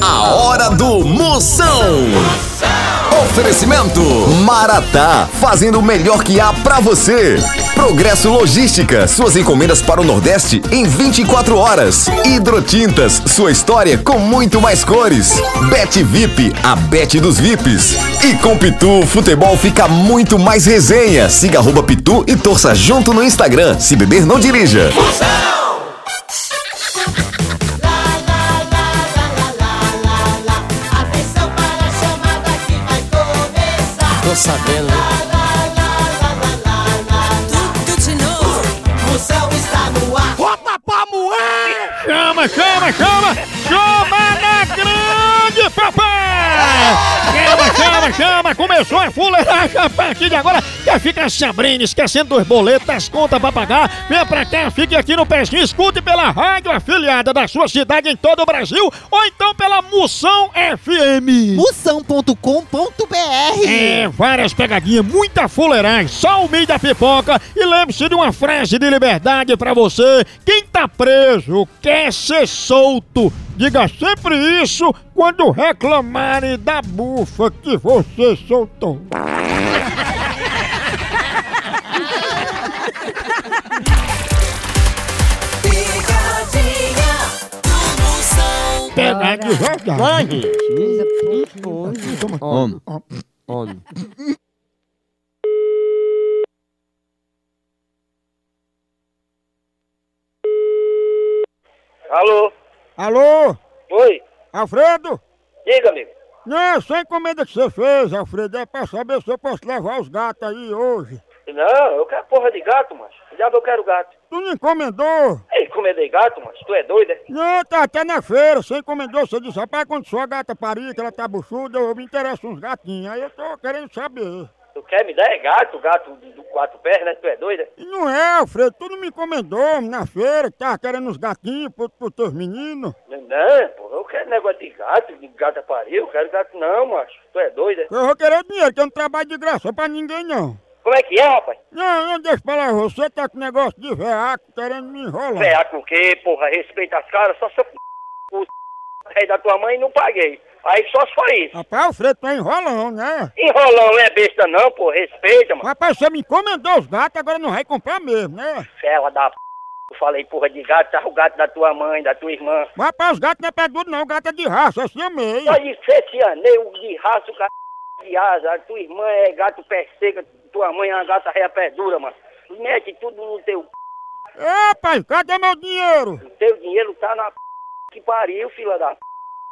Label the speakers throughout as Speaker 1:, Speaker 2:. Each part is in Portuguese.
Speaker 1: A hora do Moção. Oferecimento Maratá, fazendo o melhor que há pra você. Progresso Logística, suas encomendas para o Nordeste em 24 horas. Hidrotintas, sua história com muito mais cores. Bet VIP, a Bet dos VIPs. E com Pitu, futebol fica muito mais resenha. Siga arroba Pitu e torça junto no Instagram. Se beber, não dirija.
Speaker 2: Atenção para a chamada que vai começar.
Speaker 3: Tô sabendo.
Speaker 2: Tudo de novo. Moção está no ar.
Speaker 4: Bota pra moer! Chama, chama, chama! Chama na grande, papai! Chama, chama, chama! Começou a fuleiragem a partir de agora! Quer ficar se abrindo, esquecendo dos boletos, as contas pra pagar? Venha pra cá, fique aqui no Pezinho, escute pela rádio afiliada da sua cidade em todo o Brasil ou então pela Moção FM!
Speaker 3: Moção.com.br
Speaker 4: É, várias pegadinhas, muita fuleiragem, só o meio da pipoca. E lembre-se de uma frase de liberdade pra você. Quem tá preso quer ser solto. Diga sempre isso quando reclamarem da bufa que você soltou.
Speaker 2: Picadinha do Moção.
Speaker 4: Pegar de verdade.
Speaker 3: Homem.
Speaker 5: Alô?
Speaker 4: Alô,
Speaker 5: Oi?
Speaker 4: Alfredo?
Speaker 5: Diga, amigo.
Speaker 4: Não, só encomenda que você fez, Alfredo, é pra saber se eu posso levar os gatos aí hoje.
Speaker 5: Não, eu quero porra de gato, mas. Diabo, eu quero gato.
Speaker 4: Tu não encomendou?
Speaker 5: Ei, encomendei gato, mas. Tu é doido, é?
Speaker 4: Não, tá até na feira, você encomendou, você disse, rapaz, quando sua gata parir, que ela tá buchuda, eu me interesso uns gatinhos, aí eu tô querendo saber.
Speaker 5: Tu quer me dar é gato, gato de, de quatro pernas, tu é doido, é?
Speaker 4: E não é, Alfredo, tu não me encomendou na feira, que tava querendo uns gatinhos pro, pros teus meninos.
Speaker 5: Não, porra, eu quero negócio de gato, de gato pariu, eu quero gato não, macho. Tu é doido, é?
Speaker 4: Eu vou querer dinheiro, que eu não trabalho de graça pra ninguém, não.
Speaker 5: Como é que é, rapaz?
Speaker 4: Não, eu deixo pra lá, você tá com negócio de veaco, querendo me enrolar.
Speaker 5: Ferrar com o quê, porra? Respeita as caras, só se eu f- o c... rei da tua mãe e não paguei. Aí só se for isso.
Speaker 4: Rapaz, Alfredo, tá enrolando, né?
Speaker 5: Enrolão não é besta não, pô, respeita, mano.
Speaker 4: Rapaz, você me encomendou os gatos, agora não vai comprar mesmo, né?
Speaker 5: Fela da p... Eu falei, porra de gato, tá o gato da tua mãe, da tua irmã.
Speaker 4: Rapaz, os gatos não é pedudo não, gato é de raça, assim amei.
Speaker 5: Só de sete né? o de raça, o cara de asa. A tua irmã é gato pé seca, tua mãe é uma gata réa pé dura, mano. Mete tudo no teu c****.
Speaker 4: Ei, pai, cadê meu dinheiro?
Speaker 5: O teu dinheiro tá na p... que pariu, fila da p...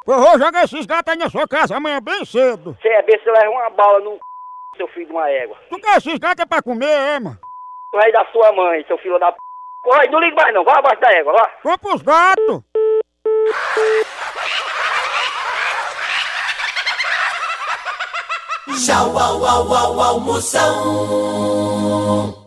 Speaker 4: Eu vou jogar esses gatos aí na sua casa amanhã bem cedo.
Speaker 5: Você é besta, leva uma bala no c... seu filho de uma égua.
Speaker 4: Tu quer esses gatos é pra comer, é, mano?
Speaker 5: Tu é da sua mãe, seu filho da p... Corre, não liga mais não, vai abaixo da égua, lá.
Speaker 4: Compra os gatos.
Speaker 2: Tchau, au, au, au, au, Moção.